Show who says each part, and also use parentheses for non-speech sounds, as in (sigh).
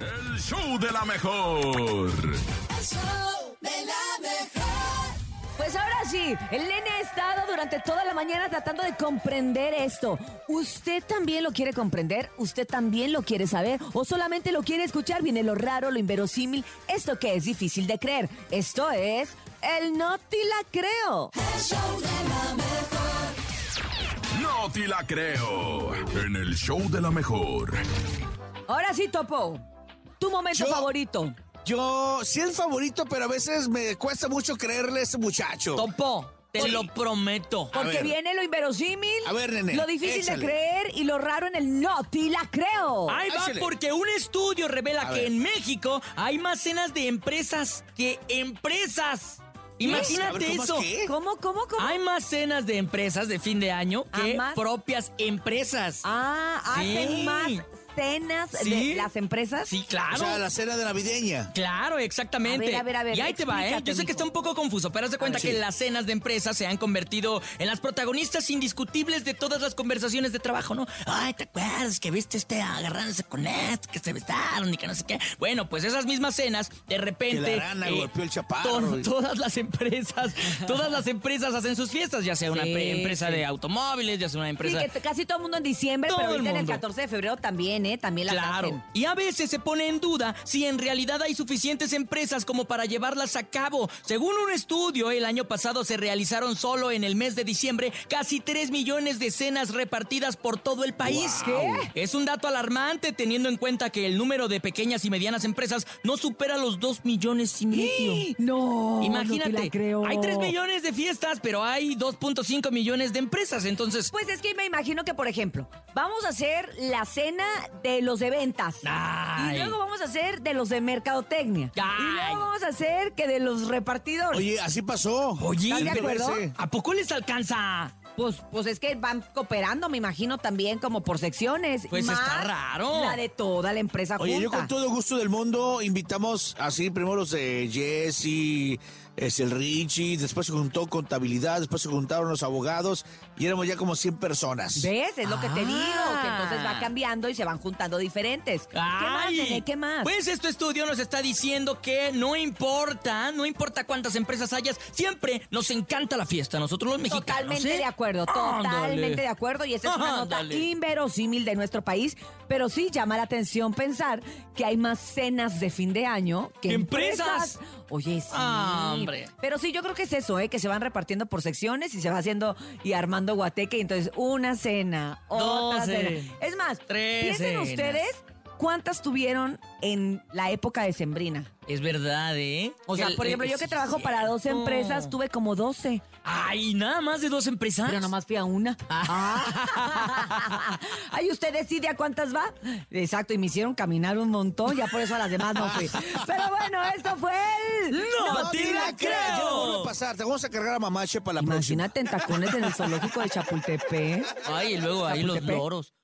Speaker 1: El show de la mejor.
Speaker 2: Pues ahora sí, el nene ha estado durante toda la mañana tratando de comprender esto. ¿Usted también lo quiere comprender? ¿Usted también lo quiere saber? ¿O solamente lo quiere escuchar? Viene lo raro, lo inverosímil, esto que es difícil de creer. Esto es el no te la creo.
Speaker 1: No te la creo. En el show de la mejor.
Speaker 2: Ahora sí, Topo, tu momento
Speaker 3: Yo-
Speaker 2: favorito.
Speaker 3: Yo sí es favorito, pero a veces me cuesta mucho creerle a ese muchacho.
Speaker 4: Topo, te
Speaker 3: Sí.
Speaker 4: lo prometo.
Speaker 2: Porque
Speaker 3: ver.
Speaker 2: viene lo inverosímil,
Speaker 3: A ver, nene,
Speaker 2: lo difícil
Speaker 3: échale.
Speaker 2: de creer y lo raro en el no te la creo.
Speaker 4: Ahí va,
Speaker 3: Échale.
Speaker 4: porque un estudio revela
Speaker 3: A
Speaker 4: que
Speaker 3: ver.
Speaker 4: en México hay más cenas de empresas que empresas.
Speaker 3: A
Speaker 4: Imagínate
Speaker 3: ver, ¿cómo es
Speaker 4: eso.
Speaker 3: que?
Speaker 2: ¿Cómo, cómo, cómo?
Speaker 4: Hay más cenas de empresas de fin de año que
Speaker 2: Ah, más.
Speaker 4: propias empresas.
Speaker 2: Ah, hacen
Speaker 4: Sí.
Speaker 2: más cenas de
Speaker 4: Sí.
Speaker 2: las empresas.
Speaker 4: Sí, claro.
Speaker 3: O sea, la cena de navideña.
Speaker 4: Claro, exactamente.
Speaker 2: A ver, a ver, a ver,
Speaker 4: Y ahí te va, ¿eh?
Speaker 2: explícate,
Speaker 4: Yo sé
Speaker 2: mijo.
Speaker 4: que está un poco confuso, pero haz de cuenta
Speaker 3: ver,
Speaker 4: que
Speaker 3: sí.
Speaker 4: las cenas de empresas se han convertido en las protagonistas indiscutibles de todas las conversaciones de trabajo, ¿no? Ay, ¿te acuerdas que viste este agarrándose con este, que se besaron y que no sé qué? Bueno, pues esas mismas cenas, de repente. eh,
Speaker 3: Que la rana golpeó el chaparro.
Speaker 4: to- todas las empresas, todas las empresas hacen sus fiestas, ya sea una
Speaker 2: Sí,
Speaker 4: pre- empresa
Speaker 2: sí.
Speaker 4: de automóviles, ya sea una
Speaker 2: Sí,
Speaker 4: empresa.
Speaker 2: que t- casi todo el mundo en diciembre,
Speaker 4: Todo
Speaker 2: pero ahorita en
Speaker 4: el
Speaker 2: el
Speaker 4: mundo.
Speaker 2: 14 de febrero también, ¿eh? También las hacen.
Speaker 4: Claro. Y a veces se pone en duda si en realidad hay suficientes empresas como para llevarlas a cabo. Según un estudio, el año pasado se realizaron solo en el mes de diciembre casi 3 millones de cenas repartidas por todo el país. ¿Qué? Es un dato alarmante teniendo en cuenta que el número de pequeñas y medianas empresas no supera los 2 millones y medio.
Speaker 2: (gasps) No,
Speaker 4: Imagínate,
Speaker 2: no te la creo.
Speaker 4: hay 3 millones de fiestas, pero hay 2.5 millones de empresas, entonces...
Speaker 2: Pues es que me imagino que, por ejemplo, vamos a hacer la cena de los de ventas.
Speaker 4: Ay.
Speaker 2: Y luego vamos a hacer de los de mercadotecnia. Y
Speaker 4: Ay.
Speaker 2: luego vamos a hacer que de los repartidores.
Speaker 3: Oye, así pasó.
Speaker 4: Oye,
Speaker 2: ¿Estás de
Speaker 4: pero
Speaker 2: acuerdo?
Speaker 3: ese-
Speaker 4: ¿a poco les alcanza?
Speaker 2: Pues, pues es que van cooperando, me imagino, también como por secciones.
Speaker 4: Pues
Speaker 2: Más
Speaker 4: está raro.
Speaker 2: La de toda la empresa
Speaker 3: Oye, yo
Speaker 2: junta.
Speaker 3: con todo gusto del mundo invitamos así primero los de Jesse, es el Richie, después se juntó contabilidad, después se juntaron los abogados y éramos ya como 100 personas.
Speaker 2: ¿Ves? Es lo que te digo, que
Speaker 4: Ah.
Speaker 2: entonces va cambiando y se van juntando diferentes. ¿Qué más,
Speaker 4: ¡Ay!
Speaker 2: nene? ¿Qué más?
Speaker 4: Pues este estudio nos está diciendo que no importa, no importa cuántas empresas hayas, siempre nos encanta la fiesta, nosotros los mexicanos.
Speaker 2: Totalmente
Speaker 4: ¿eh?
Speaker 2: de acuerdo,
Speaker 4: Ándale.
Speaker 2: totalmente de acuerdo. Y esta es una nota
Speaker 4: Ándale.
Speaker 2: inverosímil de nuestro país, pero sí llama la atención pensar que hay más cenas de fin de año que
Speaker 4: ¡Que
Speaker 2: empresas.
Speaker 4: empresas!
Speaker 2: Oye, sí.
Speaker 4: Ah, hombre.
Speaker 2: Pero sí, yo creo que es eso, ¿eh? que se van repartiendo por secciones y se va haciendo y armando guateque. Y entonces, una cena, otra
Speaker 4: Doce,
Speaker 2: cena. Es más,
Speaker 4: tres
Speaker 2: piensen
Speaker 4: cenas.
Speaker 2: ustedes cuántas tuvieron en la época de Sembrina.
Speaker 4: Es verdad, ¿eh?
Speaker 2: O sea,
Speaker 4: Que el-
Speaker 2: por ejemplo,
Speaker 4: eh,
Speaker 2: yo que
Speaker 4: sí,
Speaker 2: trabajo para 12
Speaker 4: cierto.
Speaker 2: empresas, tuve como 12.
Speaker 4: Ay, nada más de dos empresas.
Speaker 2: Pero nomás fui a una. Ah. (laughs) Ay, usted decide a cuántas va. Exacto, y me hicieron caminar un montón, ya por eso a las demás no fui. Pero bueno, esto fue el...
Speaker 4: No,
Speaker 3: te
Speaker 4: te la
Speaker 3: Ya no vuelve a
Speaker 4: creo.
Speaker 3: pasar, te vamos a cargar a mamache para la próxima.
Speaker 2: Imagínate en tacones en el zoológico de Chapultepec.
Speaker 4: Ay, y luego ahí los
Speaker 2: Chapultepec.
Speaker 4: loros.